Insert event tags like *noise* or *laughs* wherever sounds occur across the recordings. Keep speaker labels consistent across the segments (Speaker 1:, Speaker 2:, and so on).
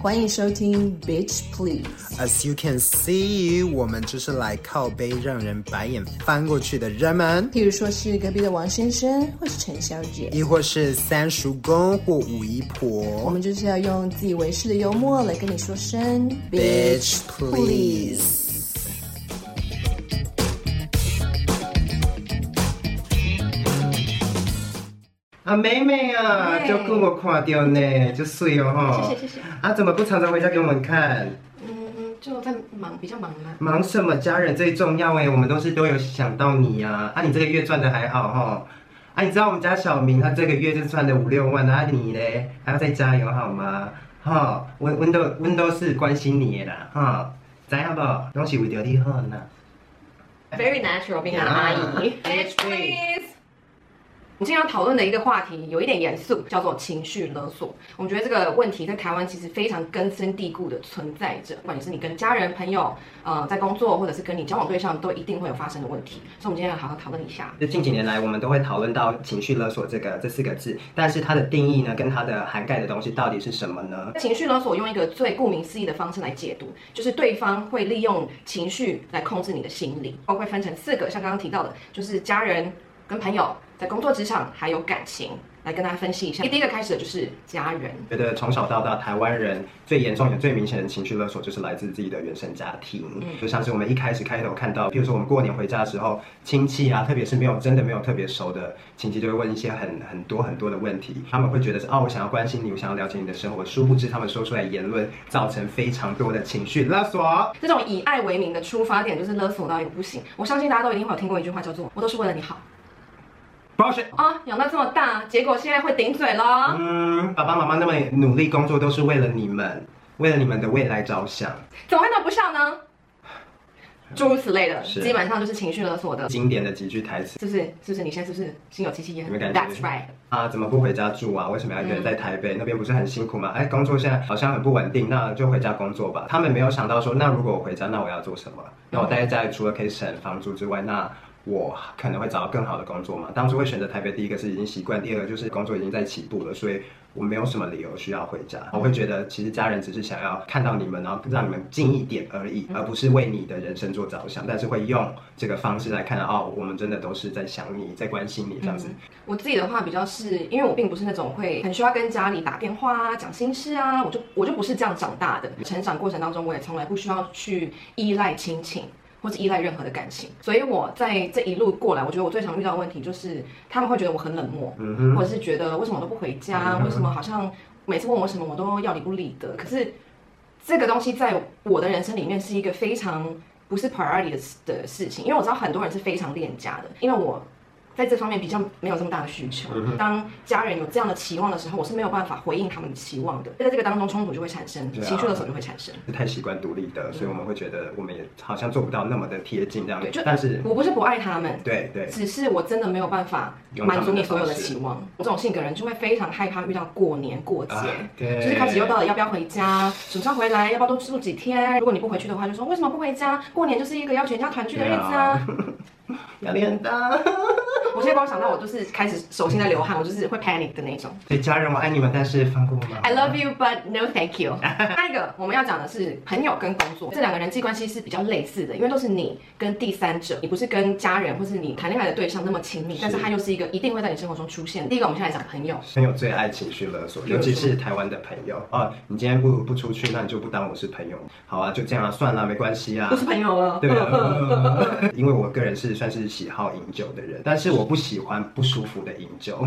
Speaker 1: 欢迎收听 Bitch Please。
Speaker 2: As you can see，我们就是来靠背让人白眼翻过去的人们，
Speaker 1: 譬如说是隔壁的王先生或是陈小姐，
Speaker 2: 亦或是三叔公或五姨
Speaker 1: 我
Speaker 2: 婆。
Speaker 1: 们就是要用自以为是的幽默来跟你说声
Speaker 2: Bitch
Speaker 1: Bitch Please。
Speaker 2: please。啊，妹妹啊，
Speaker 3: 妹
Speaker 2: 就给我看掉呢，就睡哦哈。
Speaker 3: 谢谢谢谢
Speaker 2: 啊，怎么不常常回家给我们看？
Speaker 3: 嗯，就在忙，比较忙啦。
Speaker 2: 忙什么？家人最重要哎，我们都是都有想到你啊。啊，你这个月赚的还好哈。啊，你知道我们家小明他这个月就赚了五六万，啊你嘞还要再加油好吗？哈，温温都温都是关心你的啦，哈，知影不？拢是为着你好呢。
Speaker 3: Very natural，冰糖阿姨。
Speaker 2: Yes, please.
Speaker 3: 我们今天要讨论的一个话题有一点严肃，叫做情绪勒索。我们觉得这个问题在台湾其实非常根深蒂固的存在着，不管你是你跟家人、朋友，呃，在工作，或者是跟你交往对象，都一定会有发生的问题。所以，我们今天要好好讨论一下。
Speaker 2: 就近几年来，我们都会讨论到情绪勒索这个这四个字，但是它的定义呢，跟它的涵盖的东西到底是什么呢？
Speaker 3: 情绪勒索用一个最顾名思义的方式来解读，就是对方会利用情绪来控制你的心理，包括分成四个，像刚刚提到的，就是家人、跟朋友、在工作职场还有感情，来跟大家分析一下。第一个开始的就是家人，
Speaker 2: 觉得从小到大，台湾人最严重也最明显的情绪勒索，就是来自自己的原生家庭。就像是我们一开始开头看到，比如说我们过年回家的时候，亲戚啊，特别是没有真的没有特别熟的亲戚，就会问一些很很多很多的问题。他们会觉得是哦，我想要关心你，我想要了解你的生活，殊不知他们说出来的言论，造成非常多的情绪勒索。
Speaker 3: 这种以爱为名的出发点就是勒索到一个不行。我相信大家都一定会有听过一句话叫做“我都是为了你好
Speaker 2: bullshit。”
Speaker 3: 啊，养到这么大，结果现在会顶嘴了。
Speaker 2: 嗯，爸爸妈妈那么努力工作，都是为了你们，为了你们的未来着想。
Speaker 3: 怎么会闹不笑呢？诸如此类的，
Speaker 2: 是
Speaker 3: 基本上就是情绪勒索的，
Speaker 2: 经典的几句台词
Speaker 3: 是不是？是不是？你现在是不是心有戚戚焉
Speaker 2: 有没有感觉
Speaker 3: ？That's right。
Speaker 2: 啊，怎么不回家住啊？为什么要一个人在台北？那边不是很辛苦吗？哎，工作现在好像很不稳定，那就回家工作吧。他们没有想到说，那如果我回家，那我要做什么？那我待在家里除了可以省房租之外，那我可能会找到更好的工作嘛？当初会选择台北，第一个是已经习惯，第二个就是工作已经在起步了，所以我没有什么理由需要回家。我会觉得，其实家人只是想要看到你们，然后让你们近一点而已，而不是为你的人生做着想，但是会用这个方式来看到哦，我们真的都是在想你，在关心你这样子。
Speaker 3: 我自己的话比较是，因为我并不是那种会很需要跟家里打电话啊、讲心事啊，我就我就不是这样长大的。成长过程当中，我也从来不需要去依赖亲情。或者依赖任何的感情，所以我在这一路过来，我觉得我最常遇到的问题就是他们会觉得我很冷漠，
Speaker 2: 嗯哼。嗯
Speaker 3: 或者是觉得为什么我都不回家，为什么好像每次问我什么我都要理不理的。可是这个东西在我的人生里面是一个非常不是 priority 的事的事情，因为我知道很多人是非常恋家的，因为我。在这方面比较没有这么大的需求。
Speaker 2: 嗯
Speaker 3: 当家人有这样的期望的时候，我是没有办法回应他们的期望的。在这个当中，冲突就会产生，
Speaker 2: 对啊
Speaker 3: 情绪勒索就会产生。
Speaker 2: 不太习惯独立的，所以我们会觉得我们也好像做不到那么的贴近这样
Speaker 3: 嗯对就。
Speaker 2: 但是，
Speaker 3: 我不是不爱他们，
Speaker 2: 对对，
Speaker 3: 只是我真的没有办法
Speaker 2: 用他们
Speaker 3: 满足你
Speaker 2: 的
Speaker 3: 所有的
Speaker 2: 方式
Speaker 3: 期望。我这种性格人就会非常害怕遇到过年过节，
Speaker 2: 啊对，
Speaker 3: 就是开始又到了要不要回家，什么时候回来，要不要多住几天？如果你不回去的话，就说为什么不回家？过年就是一个要全家团聚的日子啊！
Speaker 2: 压力很大。
Speaker 3: *laughs* 我现在光想到我就是开始手心在流汗，我就是会 panic 的那种。
Speaker 2: 所以家人，我爱你们，但是放过我吗
Speaker 3: I love you, but no,
Speaker 2: *laughs*
Speaker 3: thank you。下一个我们要讲的是朋友跟工作这两个人际关系是比较类似的，因为都是你跟第三者，你不是跟家人或是你谈恋爱的对象那么亲密
Speaker 2: 是，
Speaker 3: 但是他又是一个一定会在你生活中出现的。第一个我们先来讲朋友，
Speaker 2: 朋友最爱情绪勒索，尤其是台湾的朋友啊！你今天不不出去，那你就不当我是朋友。好啊，就这样啊，算了，没关系啊
Speaker 3: 不。是朋友了，
Speaker 2: 对啊， *laughs* 因为我个人是算是喜好饮酒的人，但是我不喜欢不舒服的饮酒，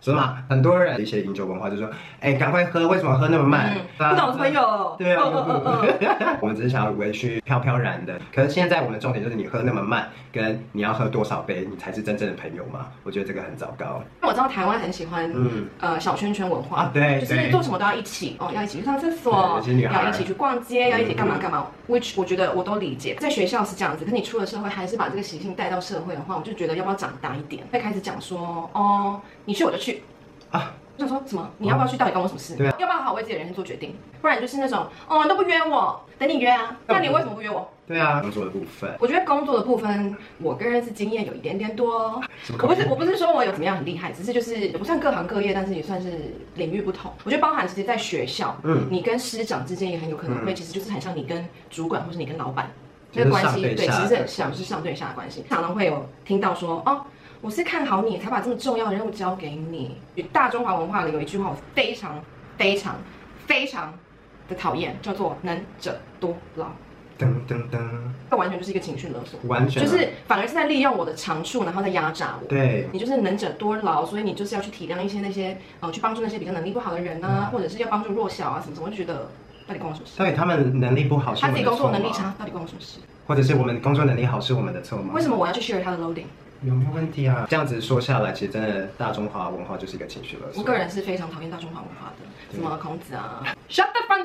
Speaker 2: 是吗？很多人一些饮酒文化就说，哎，赶快喝，为什么喝那么慢？
Speaker 3: 嗯不当我是朋友。
Speaker 2: 对啊，
Speaker 3: 嗯嗯嗯嗯
Speaker 2: 我们只是想要委屈飘飘然的。可是现在我们重点就是你喝那么慢，跟你要喝多少杯，你才是真正的朋友嘛？我觉得这个很糟糕。
Speaker 3: 我知道台湾很喜欢，
Speaker 2: 嗯
Speaker 3: 呃，小圈圈文化，
Speaker 2: 啊对
Speaker 3: 就是
Speaker 2: 对
Speaker 3: 做什么都要一起哦，要一起去上厕
Speaker 2: 对
Speaker 3: 所
Speaker 2: 尤其女，孩
Speaker 3: 要一起去逛街，要一起干嘛
Speaker 2: 嗯
Speaker 3: 干嘛。which 我觉得我都理解，在学校是这样子，可你出了社会还是把这个习性带到社会的话，我就觉得要不要长大一点，会开始讲说，哦，你去我就去，
Speaker 2: 啊，
Speaker 3: 我想说什么？你要不要去？到底关我什么事？
Speaker 2: 对啊
Speaker 3: 要不要好好为自己的人生做决定？不然就是那种，哦，你都不约我，等你约啊。那你为什么不约我？
Speaker 2: 对啊，工作的部分，
Speaker 3: 我觉得工作的部分，我个人是经验有一点点多。哦
Speaker 2: 什么考
Speaker 3: 我不
Speaker 2: 虑
Speaker 3: 是我不是说我有怎么样很厉害，只是就是也不算各行各业，但是也算是领域不同。我觉得包含其实，在学校，
Speaker 2: 嗯
Speaker 3: 你跟师长之间也很有可能会，
Speaker 2: 嗯
Speaker 3: 其实就是很像你跟主管或是你跟老板
Speaker 2: 就是
Speaker 3: 那个关
Speaker 2: 上
Speaker 3: 系，
Speaker 2: 对
Speaker 3: 对，其
Speaker 2: 下
Speaker 3: 实是
Speaker 2: 的
Speaker 3: 很像，就是上对下的关系。常常会有听到说，哦，我是看好你才把这么重要的任务交给你。大中华文化里有一句话，我非常非常非常的讨厌，叫做“能者多劳
Speaker 2: 噔噔噔，”，
Speaker 3: 这完全就是一个情绪勒索。
Speaker 2: 完全
Speaker 3: 就是反而是在利用我的长处，然后再压榨我。
Speaker 2: 对，
Speaker 3: 你就是能者多劳，所以你就是要去体谅一些那些呃，去帮助那些比较能力不好的人
Speaker 2: 嗯
Speaker 3: 啊，或者是要帮助弱小啊什么什么，我就觉得到底关我什么事？
Speaker 2: 到底他们能力不好是
Speaker 3: 他
Speaker 2: 我
Speaker 3: 自己
Speaker 2: 们
Speaker 3: 工
Speaker 2: 的
Speaker 3: 作
Speaker 2: 错啊
Speaker 3: 能力
Speaker 2: 吗？
Speaker 3: 差，到底关我什么事？
Speaker 2: 或者是我们工作能力好是我们的错吗？
Speaker 3: 为什么我要去 share 他的 loading？
Speaker 2: 有没有问题啊？这样子说下来，其实真的大中华文化就是一个情绪勒索。
Speaker 3: 我个人是非常讨厌大中华文化的，
Speaker 2: 对
Speaker 3: 什么孔子啊，Shut the front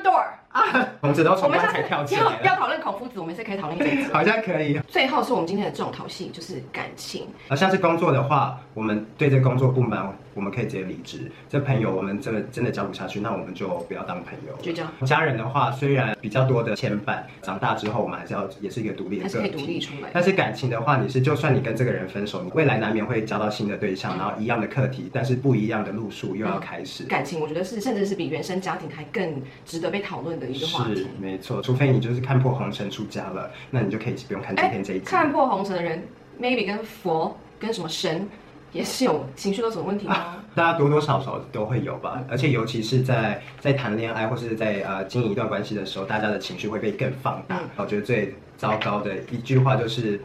Speaker 2: 啊
Speaker 3: door！
Speaker 2: 孔子都
Speaker 3: 我
Speaker 2: 从
Speaker 3: 们
Speaker 2: 棺
Speaker 3: 下
Speaker 2: 材跳
Speaker 3: 次
Speaker 2: 起
Speaker 3: 要
Speaker 2: 来
Speaker 3: 要
Speaker 2: 了，
Speaker 3: 讨论孔夫子，我们是可以讨论一阵子。
Speaker 2: 好像可以。啊
Speaker 3: 最后是我们今天的重头戏，就是感情。
Speaker 2: 而像是工作的话，我们对这个工作不满，我们可以直接离职。这朋友我们真的真的交不下去，那我们就不要当朋友了。
Speaker 3: 就这样
Speaker 2: 家人的话，虽然比较多的牵绊，长大之后我们还是要也是一个独立的嗯
Speaker 3: 还是
Speaker 2: 个
Speaker 3: 可以
Speaker 2: 体。
Speaker 3: 独立出来
Speaker 2: 但是感情的话，你是就算你跟这个人分手，你未来难免会交到新的对象，然后一样的课题，但是不一样的路数又要开始。
Speaker 3: 感情，我觉得是甚至是比原生家庭还更值得被讨论的一个话
Speaker 2: 是
Speaker 3: 题。
Speaker 2: 没错，除非你就是看破红尘出家了，那你就可以不用看今
Speaker 3: 哎，
Speaker 2: 天这一集。
Speaker 3: 看破红尘的人，maybe 跟佛跟什么神也是有情绪勒索的问哦题
Speaker 2: *laughs*
Speaker 3: 吗？
Speaker 2: 大家多多少少都会有吧，而且尤其是在在谈恋爱或是在呃经营一段关系的时候，大家的情绪会被更放大。
Speaker 3: 嗯
Speaker 2: 我觉得最糟糕的一句话就是，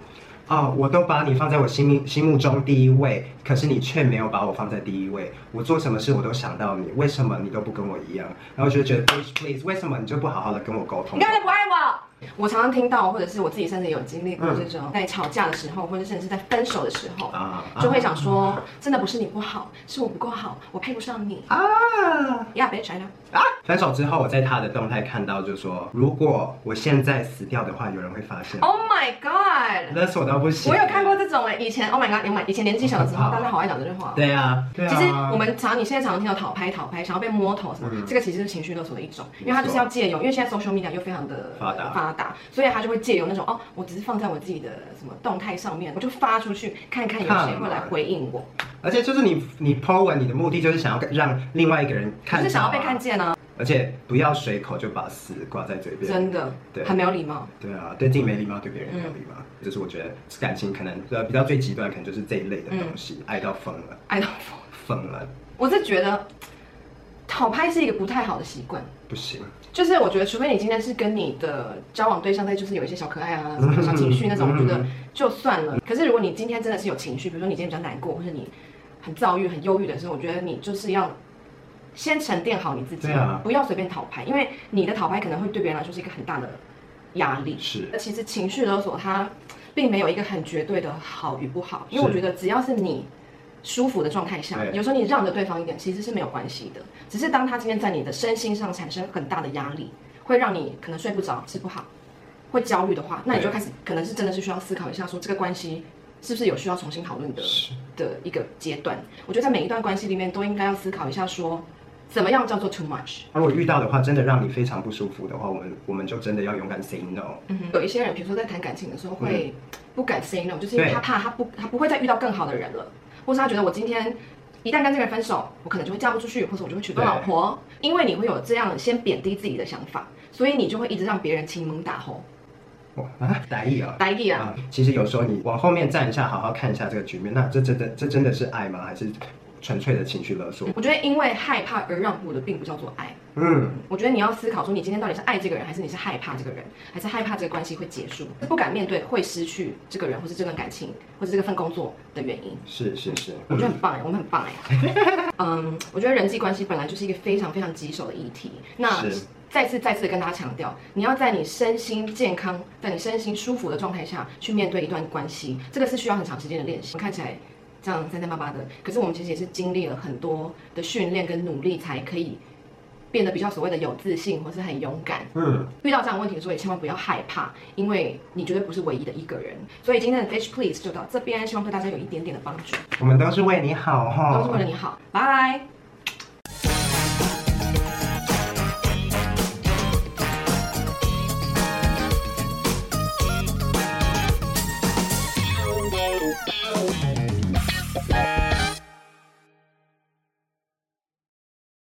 Speaker 2: 啊、我都把你放在我心目心目中第一位，可是你却没有把我放在第一位。我做什么事我都想到你，为什么你都不跟我一样？然后就觉得 please please，为什么你就不好好的跟我沟通
Speaker 3: 你？根本不爱我。啊我常常听到，或者是我自己甚至有经历过这种，在吵架的时候，或者甚至在分手的时候，
Speaker 2: 嗯啊
Speaker 3: 就会想说，真的不是你不好，是我不够好，我配不上你。
Speaker 2: 啊！
Speaker 3: 呀，别拆了。
Speaker 2: 分手之后，我在他的动态看到，就说如果我现在死掉的话，有人会发现，
Speaker 3: Oh my god！
Speaker 2: 勒索到不行。
Speaker 3: 我有看过这种哎，以前 Oh my god！你们以前年纪小的时候，大家好爱讲这句话。
Speaker 2: 对啊，对啊。
Speaker 3: 其实我们常，你现在常常听到讨拍、讨拍，想要被摸头什么，
Speaker 2: 嗯
Speaker 3: 这个其实是情绪勒索的一种，因
Speaker 2: 没错
Speaker 3: 为他就是要借由，因为现在 social media 又非常的
Speaker 2: 发达
Speaker 3: 发达，所以他就会借由那种哦，我只是放在我自己的什么动态上面，我就发出去看看有谁会来回应我，
Speaker 2: 而且就是你你 po 文，你的目的就是想要让另外一个人
Speaker 3: 就
Speaker 2: 看，
Speaker 3: 是想要被看，见啊，
Speaker 2: 而且不要随口就把死挂在嘴边。
Speaker 3: 真的
Speaker 2: 对，
Speaker 3: 很没有礼嗯貌。
Speaker 2: 对啊，对自己没礼貌，对别人也没有礼貌，就是我觉得感情可能呃比较最极端，可能就是这一类的东西，
Speaker 3: 嗯
Speaker 2: 爱到疯了，
Speaker 3: 哎呦，
Speaker 2: 疯了
Speaker 3: *laughs* 我是觉得讨拍是一个不太好的习惯。
Speaker 2: 不行，啊
Speaker 3: 就是我觉得，除非你今天是跟你的交往对象在，就是有一些小可爱啊、什么小情绪那种，我觉
Speaker 2: 嗯
Speaker 3: 得就算了。可是如果你今天真的是有情绪，比如说你今天比较难过，或者你很躁郁、很忧郁的时候，我觉得你就是要先沉淀好你自己，
Speaker 2: 对啊
Speaker 3: 不要随便讨拍，因为你的讨拍可能会对别人来说是一个很大的压力。
Speaker 2: 是
Speaker 3: 那其实情绪勒索它并没有一个很绝对的好与不好，因为
Speaker 2: 是
Speaker 3: 我觉得只要是你舒服的状态下，
Speaker 2: 对
Speaker 3: 有时候你让着对方一点，其实是没有关系的。只是当他今天在你的身心上产生很大的压力，会让你可能睡不着、吃不好，会焦虑的话，那你就
Speaker 2: 对
Speaker 3: 开始可能是真的是需要思考一下，说这个关系是不是有需要重新讨论的
Speaker 2: 是
Speaker 3: 的一个阶段。我觉得在每一段关系里面都应该要思考一下说怎么样叫做 too much。
Speaker 2: 而我遇到的话，真的让你非常不舒服的话，我们我们就真的要勇敢 say no。
Speaker 3: 有一些人，比如说在谈感情的时候会不敢 say no，、就是因为
Speaker 2: 对
Speaker 3: 他怕他不他不会再遇到更好的人了，或是他觉得我今天一旦跟这个人分手，我可能就会嫁不出去，或者我就会娶不到老婆，因为你会有这样先贬低自己的想法，所以你就会一直让别人亲蒙打吼，
Speaker 2: 哇啊，打意啊！
Speaker 3: 白地啊。
Speaker 2: 啊，其实有时候你往后面站一下，好好看一下这个局面，那这真的这真的是爱吗？还是纯粹的情绪勒索？
Speaker 3: 我觉得因为害怕而让步的，并不叫做爱。
Speaker 2: 嗯，
Speaker 3: 我觉得你要思考说，你今天到底是爱这个人，还是你是害怕这个人，还是害怕这个关系会结束，不敢面对会失去这个人，或是这段感情，或者这个份工作的原因。
Speaker 2: 是是是，
Speaker 3: 我觉得很棒哎，我们很棒哎。 *laughs* 嗯，我觉得人际关系本来就是一个非常非常棘手的议题。那
Speaker 2: 是
Speaker 3: 再次再次地跟大家强调，你要在你身心健康、在你身心舒服的状态下去面对一段关系，这个是需要很长时间的练习。看起来这样三三八八的，可是我们其实也是经历了很多的训练跟努力，才可以变得比较所谓的有自信或是很勇敢。
Speaker 2: 嗯。
Speaker 3: 遇到这样的问题的时候，也千万不要害怕，因为你绝对不是唯一的一个人。所以今天的 Bitch Please 就到这边，希望对大家有一点点的帮助。
Speaker 2: 我们都是为你好
Speaker 3: 都是为了
Speaker 2: 哈。
Speaker 3: 你好，拜。